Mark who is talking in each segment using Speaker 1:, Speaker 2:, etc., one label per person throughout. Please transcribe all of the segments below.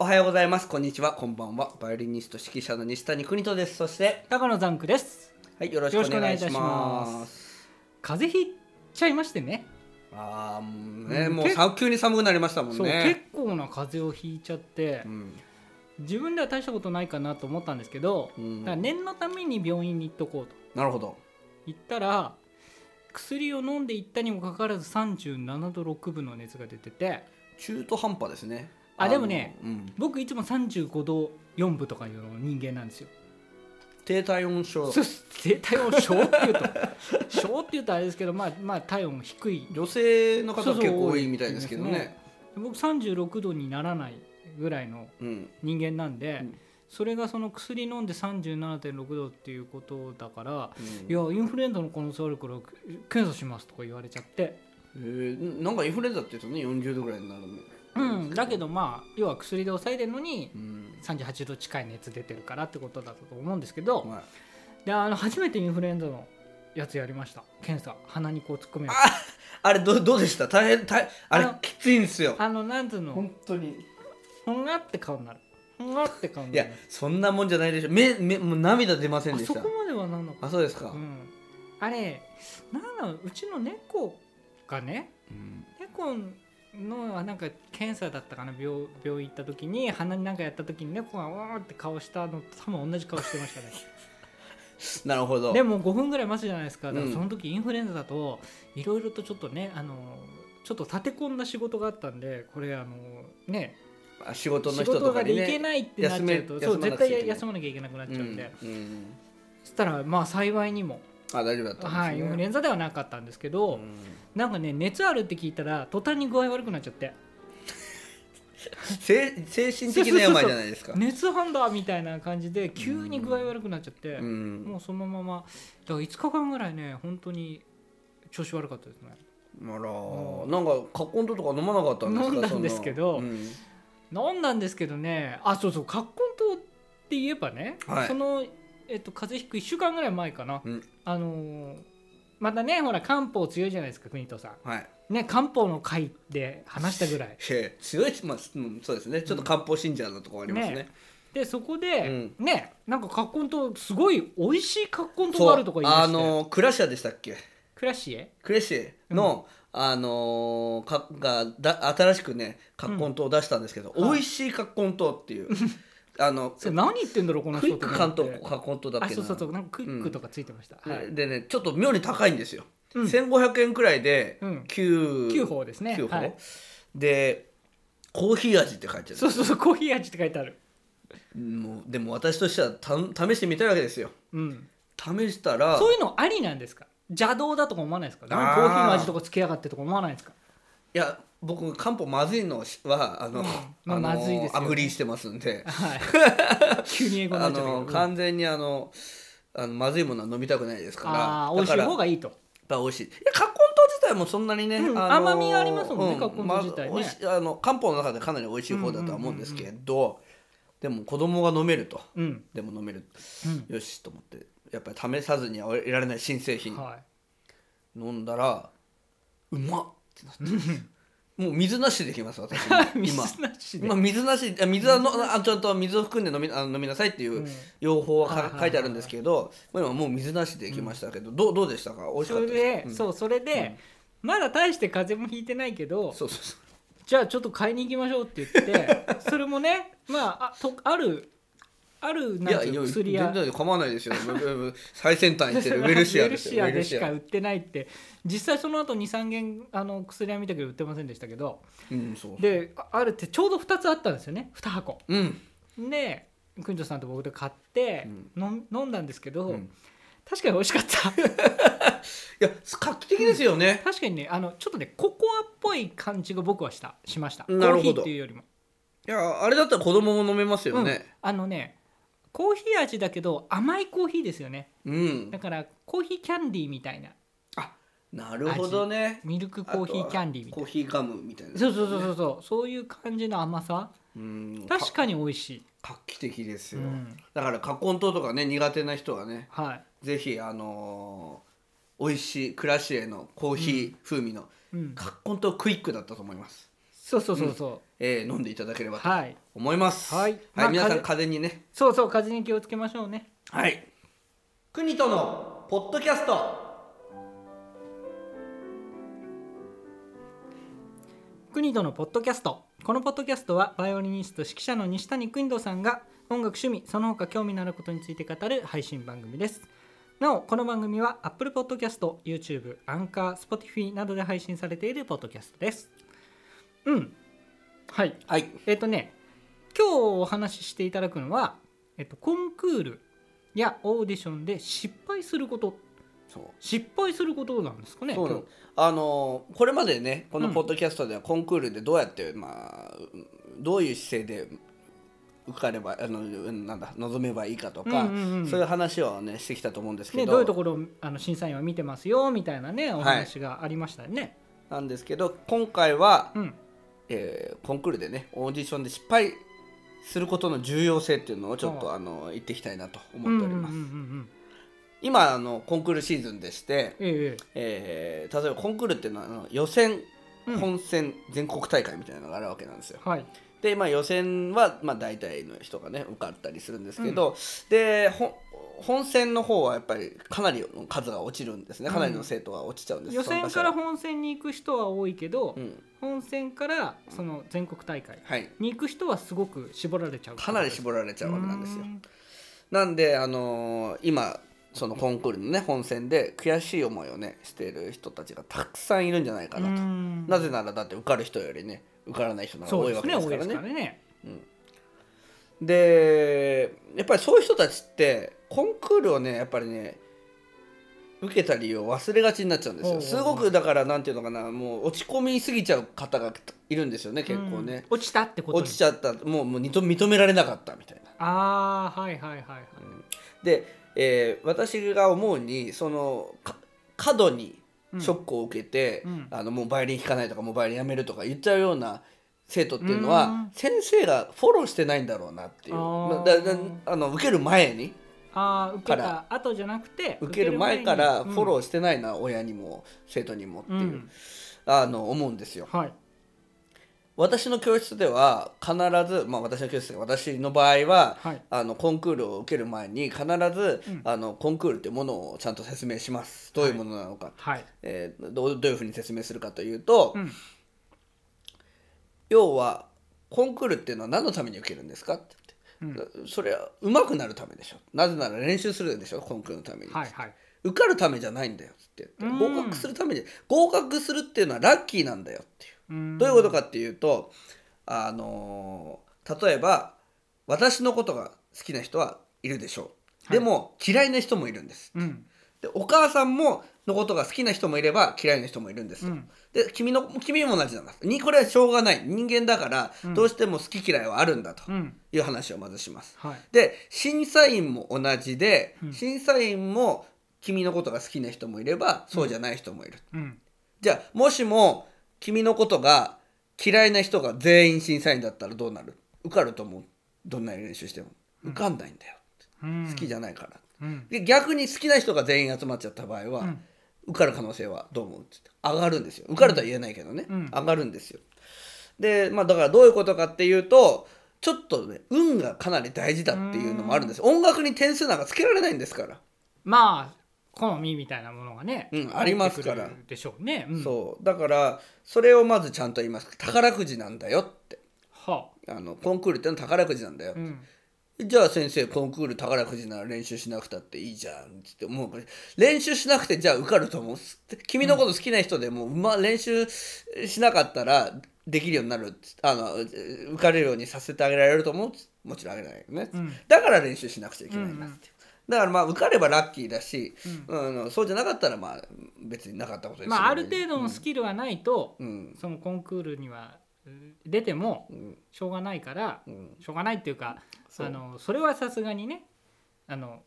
Speaker 1: おはようございます。こんにちは。こんばんは。バイオリニスト指揮者の西谷邦人です。そして、
Speaker 2: 高野ザンクです
Speaker 1: はい、よろしくお願いします。
Speaker 2: よろしくお願いいたしま風邪ひいちゃいましてね
Speaker 1: ああ、ね、
Speaker 2: うん
Speaker 1: もう
Speaker 2: 結
Speaker 1: さ急に寒くなりましたもん
Speaker 2: そう
Speaker 1: ね。
Speaker 2: 結構な風邪をひいちゃって、
Speaker 1: うん
Speaker 2: 自分では大したことないかなと思ったんですけど、
Speaker 1: うん
Speaker 2: だから念のために病院に行っとこうと
Speaker 1: なるほど。
Speaker 2: 言ったら薬を飲んで行ったにもかかわらず37度6分の熱が出てて
Speaker 1: 中途半端ですね。
Speaker 2: あでもね
Speaker 1: あの、うん、
Speaker 2: 僕いつも35度4分とかいうの人間なんですよ。
Speaker 1: 低体温症。
Speaker 2: そう低体温小っていうと小っていうとあれですけどまあまあ体温低い
Speaker 1: 女性の方
Speaker 2: そう
Speaker 1: は
Speaker 2: そう
Speaker 1: 結構多いみたいですけど
Speaker 2: 多いで
Speaker 1: ね。
Speaker 2: 僕36度にならないぐらいの
Speaker 1: うん、
Speaker 2: 人間なんで、
Speaker 1: うん
Speaker 2: それがその薬飲んで37.6度っていうことだから、
Speaker 1: うん
Speaker 2: いやインフルエンザの可能性あるから検査しますとか言われちゃって、
Speaker 1: えーなんかインフルエンザって言うとね、40度ぐらいになるの。
Speaker 2: うん、だけどまあ要は薬で抑えてるのに
Speaker 1: うん。
Speaker 2: 38度近い熱出てるからってことだと思うんですけど、
Speaker 1: はい
Speaker 2: であの初めてインフルエンザのやつやりました検査鼻にこう突っ込み
Speaker 1: ああれどうどうでした大変大変あれ
Speaker 2: あの
Speaker 1: きついんですよ
Speaker 2: あのなんつうの
Speaker 1: 本当に
Speaker 2: ほんがって顔になるほんがって顔に
Speaker 1: い
Speaker 2: な
Speaker 1: や
Speaker 2: る
Speaker 1: そんなもんじゃないでしょ目目もう涙出ません
Speaker 2: あ
Speaker 1: でし
Speaker 2: そ
Speaker 1: た
Speaker 2: こまではなんのか
Speaker 1: あそうですか、
Speaker 2: うん、あれなんだうちの猫がね
Speaker 1: うん
Speaker 2: 猫のなんか検査だったかな病病院行った時に鼻になんかやった時に猫がわーって顔したのと多分同じ顔してま したね
Speaker 1: なるほど
Speaker 2: でも5分ぐらい待つじゃないですかだか
Speaker 1: う
Speaker 2: ら
Speaker 1: ん
Speaker 2: その時インフルエンザだといろいろとちょっとねあのちょっと立て込んだ仕事があったんでこれあのね
Speaker 1: あ仕事の
Speaker 2: 仕
Speaker 1: 人
Speaker 2: 事
Speaker 1: とか
Speaker 2: が
Speaker 1: に
Speaker 2: で
Speaker 1: ね
Speaker 2: 行けないってなっちゃう
Speaker 1: 休
Speaker 2: と
Speaker 1: め
Speaker 2: そ
Speaker 1: 休
Speaker 2: う
Speaker 1: まな
Speaker 2: 絶
Speaker 1: くちゃいけない
Speaker 2: 対休まなきゃいけなくなっちゃうんで、
Speaker 1: うんうん
Speaker 2: そしたらまあ幸いにも、
Speaker 1: あ大丈夫だったんですね
Speaker 2: はい、インフルエンザではなかったんですけど、
Speaker 1: うん
Speaker 2: なんかね熱あるって聞いたら途端に具合悪くなっちゃって
Speaker 1: 精精神的な病じゃないですか
Speaker 2: 熱判断みたいな感じで急に具合悪くなっちゃって、
Speaker 1: うん
Speaker 2: もうそのままだから5日間ぐらいね本当に調子悪かったですね
Speaker 1: あらー
Speaker 2: うん
Speaker 1: なんかカッコンととか飲まなかったんですか
Speaker 2: 飲んだん
Speaker 1: その
Speaker 2: ですけど
Speaker 1: うん
Speaker 2: 飲んだんですけどねあそうそうカッコン糖って言えばね、
Speaker 1: はい
Speaker 2: その、えっと、風邪ひく1週間ぐらい前かな、
Speaker 1: うん
Speaker 2: あのーまたねほら漢方強いじゃないですか国藤さ
Speaker 1: はい
Speaker 2: んね漢方の会で話したぐらい
Speaker 1: いや強いまあうんそうですねちょっと漢方信者のとこありますね
Speaker 2: でそこで、
Speaker 1: うん
Speaker 2: ねなんかカッコン糖すごい美味しいカッコン糖
Speaker 1: そう
Speaker 2: があるとか言いま
Speaker 1: あ
Speaker 2: して
Speaker 1: のークラシアでしたっけ
Speaker 2: クラシエ
Speaker 1: クレシエの、あのーかがだ新しくね葛根糖を出したんですけど、
Speaker 2: うんはい
Speaker 1: 美味しい葛根糖っていうあの
Speaker 2: それ何言ってんだろうこの
Speaker 1: ク
Speaker 2: 人
Speaker 1: イック関東
Speaker 2: と思って
Speaker 1: 葛根糖だっ
Speaker 2: あ
Speaker 1: け
Speaker 2: そ
Speaker 1: な
Speaker 2: うそうそうなんかクイックとかついてました、はい、
Speaker 1: でねちょっと妙に高いんですよ、
Speaker 2: うん
Speaker 1: 1500円くらいで
Speaker 2: うん
Speaker 1: 9
Speaker 2: 9法ですね
Speaker 1: 9
Speaker 2: はい
Speaker 1: でコーヒー味って書いてあ
Speaker 2: そうそうそうコーヒー味って書いてある
Speaker 1: るもうでも私としてはた試してみたいわけですよ
Speaker 2: うん
Speaker 1: 試したら
Speaker 2: そういうのありなんですか邪道だとか思わないですかなん
Speaker 1: あー
Speaker 2: かコーヒーの味とかつけやがってとか思わないですか
Speaker 1: いや僕漢方まずいのはあの、
Speaker 2: うんまあ
Speaker 1: あの
Speaker 2: まずいですよ
Speaker 1: ア
Speaker 2: ね
Speaker 1: グリーしてますんで
Speaker 2: はい 急に英語にな
Speaker 1: あ
Speaker 2: っちゃったけど
Speaker 1: の完全にあのあのまずいものは飲みたくないですから
Speaker 2: あー美
Speaker 1: だ
Speaker 2: 味し
Speaker 1: か
Speaker 2: い
Speaker 1: ら
Speaker 2: 方がいいと
Speaker 1: やっぱ美味しいいやカッコン糖自体もそんなにね、
Speaker 2: うん
Speaker 1: の
Speaker 2: 甘みがありますもんね
Speaker 1: う
Speaker 2: カッコン糖自体ね
Speaker 1: まあ美味しいあの漢方の中でかなり美味しい方だとは思うんですけど、でも子供が飲めると
Speaker 2: うん
Speaker 1: でも飲める
Speaker 2: うん
Speaker 1: よしと思ってやっぱり試さずにはいられない新製品、
Speaker 2: はい
Speaker 1: 飲んだらうまっってなってもう水なしでできます私 今
Speaker 2: 水なしで
Speaker 1: 今水なしあ水はのあちゃんと水を含んで飲みあ飲みなさいっていううん用法は
Speaker 2: はいはい
Speaker 1: か
Speaker 2: はい
Speaker 1: 書いてあるんですけど、まあ今もう水なしでいきましたけど、どうどうでしたか美味しか
Speaker 2: そ
Speaker 1: った
Speaker 2: れ
Speaker 1: で
Speaker 2: です
Speaker 1: か
Speaker 2: そうそれでまだ大して風邪もひいてないけど
Speaker 1: そうそうそうそう
Speaker 2: じゃあちょっと買いに行きましょうって言ってそれもねまああとあるある
Speaker 1: い
Speaker 2: なん
Speaker 1: や
Speaker 2: てい
Speaker 1: いうや
Speaker 2: の薬
Speaker 1: 全
Speaker 2: 屋
Speaker 1: 然構わないですよ 最先端行って るウェルシアですよ
Speaker 2: ウ
Speaker 1: ウ
Speaker 2: ェ
Speaker 1: ェル
Speaker 2: ルシ
Speaker 1: シ
Speaker 2: アでしか
Speaker 1: ア
Speaker 2: 売ってないって実際その後23軒あの薬屋見たけど売ってませんでしたけど
Speaker 1: うんそう
Speaker 2: でああるってちょうど2つあったんですよね2箱
Speaker 1: うん、
Speaker 2: でくんとさんと僕で買って、飲ん、飲んだんですけど、
Speaker 1: うん、い
Speaker 2: 確かに美味しかった
Speaker 1: や画期的ですよね、
Speaker 2: 確かにねあのちょっとねココアっぽい感じが僕はしたしましたコ
Speaker 1: なる
Speaker 2: ー
Speaker 1: ほ
Speaker 2: ヒ
Speaker 1: ど
Speaker 2: ーっていうよりも、
Speaker 1: いやあれだったら子供も飲めますよ
Speaker 2: うん
Speaker 1: ね
Speaker 2: あのねコーヒー味だけど甘いコーヒーですよね
Speaker 1: うん、
Speaker 2: だからコーヒーキャンディーみたいな
Speaker 1: なるほどね
Speaker 2: ミルクコーヒーキャンディーみたい
Speaker 1: コーヒーガムみたいな
Speaker 2: なそうそうそうそうそうそういう感じの甘さ
Speaker 1: うん
Speaker 2: 確かに美味しい、
Speaker 1: 画期的です
Speaker 2: う
Speaker 1: よ、
Speaker 2: ん
Speaker 1: だからカコン糖とかね苦手な人はね
Speaker 2: は
Speaker 1: ぜひあのー美味しいクラシエのコーヒー風味の
Speaker 2: いうん、
Speaker 1: カッコン糖クイックだったと思います
Speaker 2: そうそうそうそう、
Speaker 1: えー飲んでいただければと
Speaker 2: はい
Speaker 1: 思います
Speaker 2: はいま
Speaker 1: はい、
Speaker 2: あ
Speaker 1: 皆さん
Speaker 2: 風
Speaker 1: 風邪にね
Speaker 2: そうそう風に気をつけましょうね
Speaker 1: はい国とのポッドキャスト
Speaker 2: 国とのポッドキャストこのポッドキャストはバイオリニスト指揮者の西谷邦人さんが音楽趣味その他興味のあることについて語る配信番組ですなおこの番組は Apple Podcast、YouTube、アンカー、Spotify などで配信されているポッドキャストですうんはい
Speaker 1: はい
Speaker 2: えっ、とね今日お話ししていただくのは、えっと、コンクールやオーディションで失敗すること
Speaker 1: そう
Speaker 2: 失敗することなんですかね
Speaker 1: そうな
Speaker 2: 今
Speaker 1: の
Speaker 2: 日
Speaker 1: あのーこれまでねこの
Speaker 2: うん
Speaker 1: ポッドキャストではコンクールでどうやって、まあどういう姿勢で受かればあのなんだ望めばいいかとか、
Speaker 2: うんうんうん
Speaker 1: そういう話をねしてきたと思うんですけど,、
Speaker 2: ね、どういうところをあの審査員は見てますよみたいなねお話がありましたよね。
Speaker 1: なんですけど今回は、
Speaker 2: うん、
Speaker 1: えーコンクールでねオーディションで失敗することの重要性っていうのをちょっと、
Speaker 2: は
Speaker 1: あの言っていきたいなと思っております。
Speaker 2: うんうんうんうん
Speaker 1: 今あのコンクールシーズンでして、
Speaker 2: え
Speaker 1: えー例えばコンクールっていうのはあの予選、
Speaker 2: うん
Speaker 1: 本選全国大会みたいなのがあるわけなんですよ
Speaker 2: え。はい。
Speaker 1: で、まあ、予選は、まあ、大体の人がね受かったりするんですけど、でほん本選の方はやっぱりかなりの数が落ちるんですねかなりの生徒が落ちちゃうんです、
Speaker 2: 予選から
Speaker 1: 参加者は
Speaker 2: 本戦に行く人は多いけど、
Speaker 1: うん
Speaker 2: 本戦からその全国大会
Speaker 1: はい
Speaker 2: に行く人はすごく絞られちゃう。
Speaker 1: かなり絞られちゃうわけなんですよ
Speaker 2: うーん
Speaker 1: なんで、あのー今そのコンクールのね本戦で悔しい思いをねしている人たちがたくさんいるんじゃないかなと、
Speaker 2: うーん
Speaker 1: なぜならだって受かる人よりね受からない人の方が
Speaker 2: そ
Speaker 1: 多
Speaker 2: う
Speaker 1: い
Speaker 2: で
Speaker 1: わ
Speaker 2: す
Speaker 1: け
Speaker 2: ね。
Speaker 1: ですから
Speaker 2: 多いです
Speaker 1: ね
Speaker 2: からね。
Speaker 1: でやっぱりそういう人たちってコンクールをねやっぱりね受けた理由を忘れがちになっちゃうんです
Speaker 2: おうお
Speaker 1: よ
Speaker 2: う
Speaker 1: すごくだからなんていうのかなもう落ち込みすぎちゃう方がいるんですよね結構ね、
Speaker 2: うん落ちたってこと。
Speaker 1: 落ちちゃったもうもう認認められなかったみたいな。
Speaker 2: ああはいはいはいはい。
Speaker 1: で、えー私が思うにそのか過度にショックを受けて、
Speaker 2: うん
Speaker 1: あのもうバイオリン弾かないとかもうバイオリンやめるとか言っちゃうような生徒っていうのは、
Speaker 2: うん
Speaker 1: 先生がフォローしてないんだろうなっていう
Speaker 2: あー
Speaker 1: まあだだあの受ける前に
Speaker 2: ああ受け
Speaker 1: から
Speaker 2: た後じゃなくて
Speaker 1: 受ける前からフォロ
Speaker 2: ー
Speaker 1: ーしてないな、親にも生徒にもっていう、
Speaker 2: うん
Speaker 1: あの思うんですよ。
Speaker 2: はい。
Speaker 1: 私の教室では必ず、まあ、私の教室で私の場合は、
Speaker 2: はい
Speaker 1: あのコンクールを受ける前に必ず、あのコンクールというものをちゃんと説明しますどういうものなのか、
Speaker 2: はい。
Speaker 1: えーどうどういうふうに説明するかというと、
Speaker 2: うん
Speaker 1: 要はコンクールっていうのは何のために受けるんですかって言って、それは上手くなるためでしょなぜなら練習するでしょコンクールのために、
Speaker 2: はいはい。
Speaker 1: 受かるためじゃないんだよって言って
Speaker 2: うん
Speaker 1: 合格するために合格するっていうのはラッキーなんだよっていう。
Speaker 2: うーん
Speaker 1: どういうことかっていうと、あのー例えば私のことが好きな人はいるでしょう。
Speaker 2: はい
Speaker 1: でも、嫌いな人もいるんです。
Speaker 2: うん
Speaker 1: でお母さんものことが好きな人もいれば嫌いな人もいるんです
Speaker 2: う
Speaker 1: と、
Speaker 2: ん
Speaker 1: で君の君も同じなんですにこれはしょうがない人間だから、
Speaker 2: うん
Speaker 1: どうしても好き嫌いはあるんだと
Speaker 2: うん
Speaker 1: いう話をまずします。
Speaker 2: はい
Speaker 1: で審査員も同じで、
Speaker 2: うん
Speaker 1: 審査員も君のことが好きな人もいればそうじゃない人もいる、
Speaker 2: うん
Speaker 1: じゃあもしも君のことが嫌いな人が全員審査員だったらどうなる受かると思うどんな練習しても受かんないんだよ、
Speaker 2: うん
Speaker 1: 好きじゃないから、
Speaker 2: うん
Speaker 1: で逆に好きな人が全員集まっちゃった場合は、
Speaker 2: うん
Speaker 1: 受かる可能性はどう思うって言って上がるんですよ受かるとは言えないけどね、
Speaker 2: うん
Speaker 1: 上がるんですよでまあだからどういうことかっていうとちょっとね運がかなり大事だっていうのもあるんですよ音楽に点数なんかつけられないんですから、
Speaker 2: まあ好みみたいなものがね
Speaker 1: うんありますから
Speaker 2: 入ってくるでしょうねうん
Speaker 1: そうだからそれをまずちゃんと言います宝くじなんだよって
Speaker 2: は
Speaker 1: あのコンクールってのは宝くじなんだよ
Speaker 2: あ、うん
Speaker 1: じゃあ先生コンクール宝くじなら練習しなくたっていいじゃんつって思うから練習しなくてじゃあ受かると思うつって君のこと好きな人でも、うま、練習しなかったらできるようになるつあの受かれるようにさせてあげられると思うつもちろんあげられないよね、
Speaker 2: うん
Speaker 1: だから練習しなくちゃいけないなって、
Speaker 2: うんうん
Speaker 1: だからまあ受かればラッキーだし、うんそうじゃなかったらまあ別になかったことにする
Speaker 2: まあある程度のスキルはないと
Speaker 1: うん
Speaker 2: そのコンクールにはうん出ても
Speaker 1: うん
Speaker 2: しょうがないから
Speaker 1: うん
Speaker 2: しょうがないっていうか
Speaker 1: そう
Speaker 2: あのそれはさすがにねあの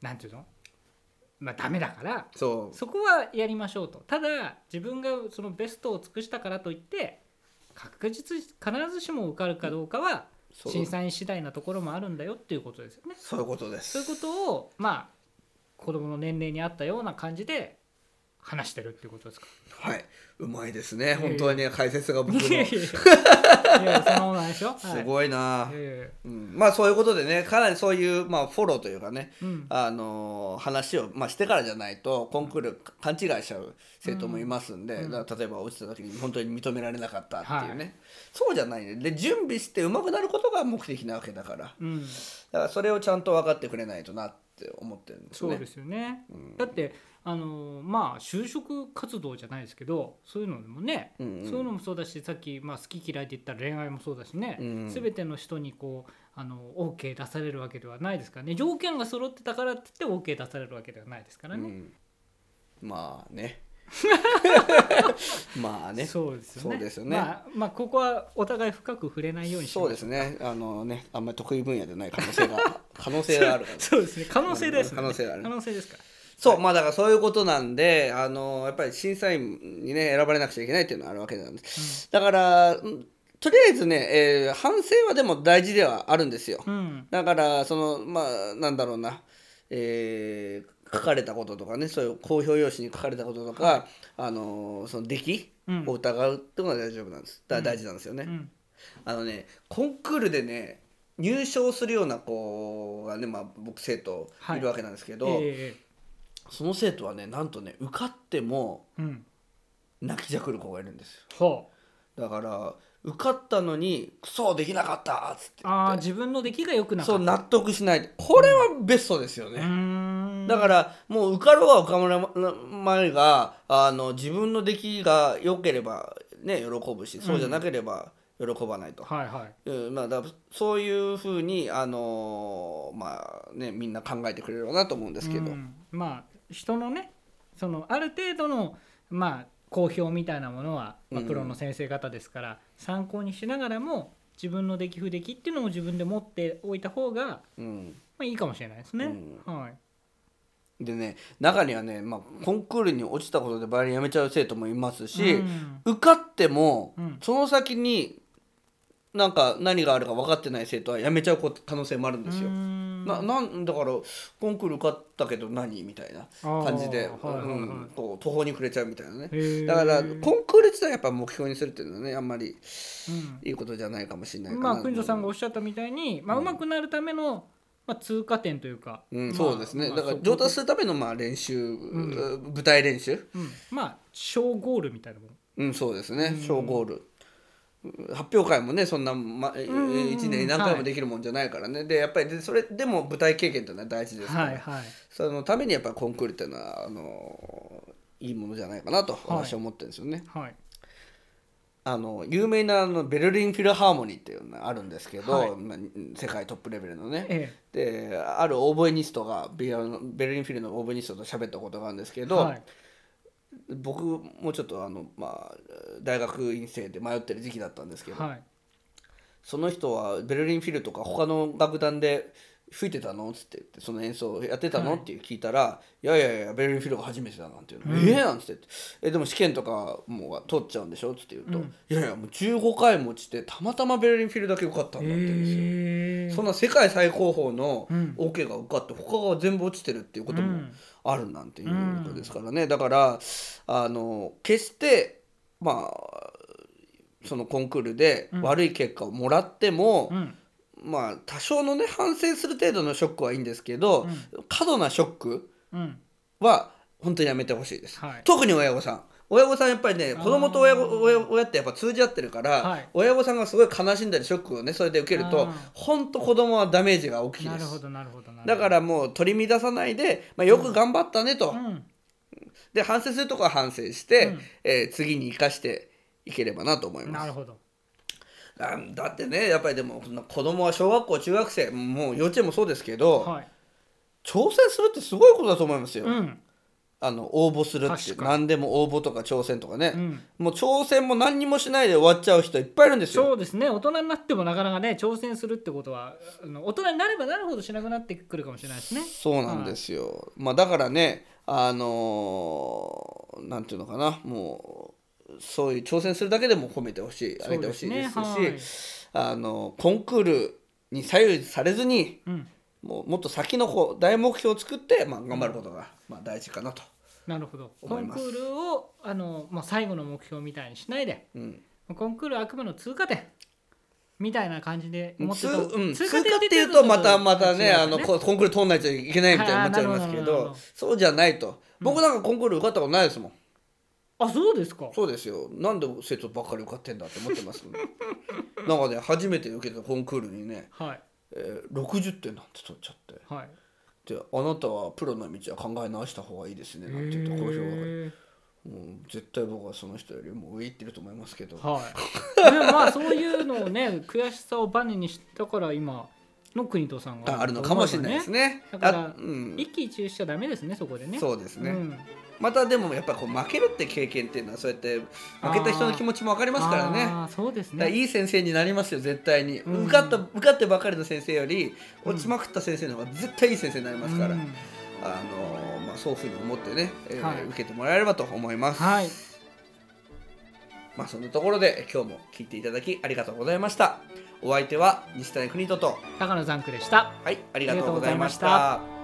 Speaker 2: なんていうのまあダメだから
Speaker 1: そう
Speaker 2: そこはやりましょうとただ自分がそのベストを尽くしたからといって確実に必ずしも受かるかどうかは
Speaker 1: そう
Speaker 2: 審査員次第なところもあるんだよっていうことですよね。
Speaker 1: そういうことです
Speaker 2: そういうことをまあ子どもの年齢に合ったような感じで話してるっていうことですか
Speaker 1: はいうまいですね本当にね解説が僕の
Speaker 2: いやい
Speaker 1: す
Speaker 2: やいやい やそんなことないでしょ、はい、
Speaker 1: ごいない
Speaker 2: やいやいや
Speaker 1: うんまあそういうことでねかなりそういう、まあ、フォローというかね
Speaker 2: うん
Speaker 1: あのー話を、まあ、してからじゃないとコンクール勘違いしちゃう生徒もいますんで、
Speaker 2: うん
Speaker 1: だから例えば落ちた時に本当に認められなかったっていうね、そうじゃないねで準備して上手くなることが目的なわけだからだ
Speaker 2: うん
Speaker 1: からそれをちゃんと分かってくれないとなって思ってるんです
Speaker 2: そう
Speaker 1: ね。
Speaker 2: ですよね、
Speaker 1: うん
Speaker 2: だってあのーまあ就職活動じゃないですけどそういうのもね、
Speaker 1: うんうん
Speaker 2: そういうのもそうだしさっき、まあ、好き嫌いで言ったら恋愛もそうだしね、
Speaker 1: うん
Speaker 2: 全ての人にこうあの OK 出されるわけではないですからね条件が揃ってたからって言って OK 出されるわけではないですから
Speaker 1: う
Speaker 2: ね。
Speaker 1: ん、まあ ねまあね
Speaker 2: そうですよね
Speaker 1: そうですよね
Speaker 2: まあ、まあここはお互い深く触れないようにしましょ
Speaker 1: そうですねあのねあんまり得意分野でない可能性 が可能性があるから
Speaker 2: そうですね可能性です、ね、
Speaker 1: 可能性がある
Speaker 2: 可能性ですから
Speaker 1: そう、まあだからそういうことなんで、あのやっぱり審査員にね、選ばれなくちゃいけないっていうのはあるわけなんです。だから、うんとりあえずね、えー反省はでも大事ではあるんですよ。
Speaker 2: うん
Speaker 1: だから、その、まあ、なんだろうな、えー書かれたこととかね、そういう公表用紙に書かれたこととか、あのその出来
Speaker 2: うん
Speaker 1: を疑うってことは大丈夫なんです。だから大事なんですよね。
Speaker 2: うん
Speaker 1: あのねコンクールでね入賞するような子がね、まあ、僕生徒いるわけなんですけど、
Speaker 2: え
Speaker 1: その生徒はねなんとね受かっても
Speaker 2: えうん
Speaker 1: 泣きじゃくる子がいるんですよ
Speaker 2: ほう
Speaker 1: だから受かったのに「クソできなかった」っつって
Speaker 2: ああ自分の出来が良くなかった
Speaker 1: そう納得しないこれはベストですよ
Speaker 2: う
Speaker 1: ね、
Speaker 2: ーん
Speaker 1: だからもう受かろうが受かるまいがあの自分の出来が良ければね喜ぶしそうじゃなければ喜ばないと、
Speaker 2: はいはい
Speaker 1: うんまあ、だそういうふうに、あのーまあね、みんな考えてくれるかなと思うんですけど、
Speaker 2: うんまあ人のねそのある程度のまあ好評みたいなものは、まあ、
Speaker 1: うん
Speaker 2: プロの先生方ですから、参考にしながらも自分の出来不出来っていうのも自分で持っておいた方が、ま
Speaker 1: うん
Speaker 2: あ、いいかもしれないですね、
Speaker 1: う
Speaker 2: はい
Speaker 1: でね中にはね、まあ、コンクールに落ちたことでバイオリンやめちゃう生徒もいますし、
Speaker 2: うん
Speaker 1: 受かっても、
Speaker 2: うん
Speaker 1: その先になんか何があるか分かってない生徒はやめちゃうこと可能性もあるんですよ。
Speaker 2: うーん
Speaker 1: ななんだからコンクール受かったけど何みたいな感じで、
Speaker 2: あーはいはいはい
Speaker 1: うん、こう途方に暮れちゃうみたいなね。
Speaker 2: へー
Speaker 1: だからコンクール自体やっぱ目標にするっていうのはねあんまり
Speaker 2: うん
Speaker 1: いいことじゃないかもしれないかな
Speaker 2: まあ国女さんがおっしゃったみたいに、まあ、上手くなるための、まあ、通過点というか、
Speaker 1: うん
Speaker 2: まあ
Speaker 1: そうですね、
Speaker 2: まあ
Speaker 1: だから
Speaker 2: そこ
Speaker 1: 上達するためのまあ練習、舞台練習、
Speaker 2: うんまあ小ゴールみたいなもの
Speaker 1: うん、そうですね小ゴール、発表会もねそんな、ま、え
Speaker 2: んうんうん
Speaker 1: 1年に何回もできるもんじゃないからね、でやっぱりでそれでも舞台経験っていうのは大事ですから、
Speaker 2: はいはい
Speaker 1: そのためにやっぱりコンクールっていうのはあのいいものじゃないかなと私は思ってるんですよね、
Speaker 2: はい
Speaker 1: あの有名なあのベルリン・フィルハーモニーっていうのがあるんですけど、
Speaker 2: はい
Speaker 1: まあ世界トップレベルのね、
Speaker 2: え
Speaker 1: であるオーボエニストがビアのベルリンフィルのオーボエニストと喋ったことがあるんですけ
Speaker 2: え
Speaker 1: ど、
Speaker 2: はい
Speaker 1: 僕もちょっとあの、まあ、大学院生で迷ってる時期だったんですけど、
Speaker 2: はい
Speaker 1: その人はベルリンフィルとか他の楽団で吹いてたのつって言ってその演奏やってたの、
Speaker 2: はい
Speaker 1: って聞いたら「いやいやいやベルリンフィルが初めてだ」なんて言うの「
Speaker 2: うん
Speaker 1: ええなんつって言ってえでも試験とかもう通っちゃうんでしょ?」つって言うと「
Speaker 2: うん
Speaker 1: いやいやもう15回も落ちてたまたまベルリンフィルだけ受かったんだ」って言うんですよ。
Speaker 2: ええ
Speaker 1: そんな世界最高峰の
Speaker 2: うん
Speaker 1: オ、ケが受かって他が全部落ちてるっていうこと
Speaker 2: う
Speaker 1: も
Speaker 2: ん
Speaker 1: あるなんていうことですからね、だからあの決してまあそのコンクールで
Speaker 2: うん
Speaker 1: 悪い結果をもらっても、
Speaker 2: うん
Speaker 1: まあ多少のね反省する程度のショックはいいんですけど、過度なショック
Speaker 2: うん
Speaker 1: は本当にやめてほしいです、
Speaker 2: はい
Speaker 1: 特に親御さん親御さんやっぱりね
Speaker 2: あー
Speaker 1: 子供と親御親親ってやっぱ通じ合ってるから、
Speaker 2: はい
Speaker 1: 親御さんがすごい悲しんだりショックをねそれで受けると
Speaker 2: あー
Speaker 1: 本当子供はダメージが大きい
Speaker 2: な
Speaker 1: で
Speaker 2: るほ
Speaker 1: す
Speaker 2: どなるほどなるほど
Speaker 1: だからもう取り乱さないで、まあ、よく頑張ったねと、
Speaker 2: うん
Speaker 1: で反省するとこは反省して、
Speaker 2: うん
Speaker 1: えー次に生かしていければなと思いま
Speaker 2: な
Speaker 1: す
Speaker 2: るほど
Speaker 1: あだってねやっぱりでもそんな子供は小学校中学生もう幼稚園もそうですけど、
Speaker 2: はい
Speaker 1: 挑戦するってすごいことだと思いますよ、
Speaker 2: うん
Speaker 1: あの応募するって
Speaker 2: 確かに
Speaker 1: 何でも応募とか挑戦とかね
Speaker 2: う、ん
Speaker 1: もう挑戦も何にもしないで終わっちゃう人いっぱいいるんですよ
Speaker 2: そうですね大人になってもなかなかね挑戦するってことはあの大人になればなるほどしなくなってくるかもしれないですね
Speaker 1: そうなんですよ、まあだからねあのーなんていうのかなもうそういう挑戦するだけでも褒めてほしいあげてほしいですし
Speaker 2: そうです
Speaker 1: あのコンクールに左右されずに
Speaker 2: ねはいうん
Speaker 1: もうもっと先の方大目標を作って、まあ、頑張ることが、まあ、大事かなと
Speaker 2: なるほどコ
Speaker 1: 思い
Speaker 2: ンク
Speaker 1: ます
Speaker 2: ールをあの、まあ、最後の目標みたいにしないで
Speaker 1: うん、
Speaker 2: コンクールはあくまでも通過点みたいな感じで思って
Speaker 1: 通,、
Speaker 2: た
Speaker 1: うん、通過
Speaker 2: 過
Speaker 1: っ
Speaker 2: 点
Speaker 1: て
Speaker 2: 言
Speaker 1: いうとまたまたねあの
Speaker 2: 違うか
Speaker 1: コンクール通んないといけないみたいに思っちゃいますけど
Speaker 2: あーなるほどなるほど
Speaker 1: そうじゃないと僕なんかコンクール受かったことないですもん、
Speaker 2: あそうですか
Speaker 1: そうですよなんで生徒ばっかり受かってんだって思ってますもん なんかね初めて受けたコンクールにね、
Speaker 2: はい
Speaker 1: えー、60点なんて取っちゃって
Speaker 2: はい
Speaker 1: であなたはプロの道は考え直した方がいいですねなんて言って好評が
Speaker 2: へ
Speaker 1: もう絶対僕はその人よりも上行ってると思いますけど
Speaker 2: ーはいでもまあそういうのをね悔しさをバネにしたから今の国とさんが
Speaker 1: ああるのかもしれないです
Speaker 2: ね
Speaker 1: ね
Speaker 2: だから
Speaker 1: あうん
Speaker 2: 一喜一憂しちゃダメですねそこでね
Speaker 1: そううですね、
Speaker 2: ん
Speaker 1: またでもやっぱりこう負けるって経験っていうのはそうやって負けた人の気持ちも分かりますからね
Speaker 2: あーそうです
Speaker 1: だから
Speaker 2: ね
Speaker 1: いい先生になりますよ絶対に、
Speaker 2: うん
Speaker 1: 受かった受かってばかりの先生より
Speaker 2: うん
Speaker 1: 落ちまくった先生の方が絶対いい先生になりますから、
Speaker 2: うん
Speaker 1: あのーまあ、そういうふうに思ってね、えー
Speaker 2: はい
Speaker 1: 受けてもらえればと思います、
Speaker 2: はい
Speaker 1: まあそんなところで今日も聞いていただきありがとうございましたお相手は西谷邦人と
Speaker 2: 高野ザンクでした
Speaker 1: はいありがとうございまし
Speaker 2: ありがとうござい
Speaker 1: た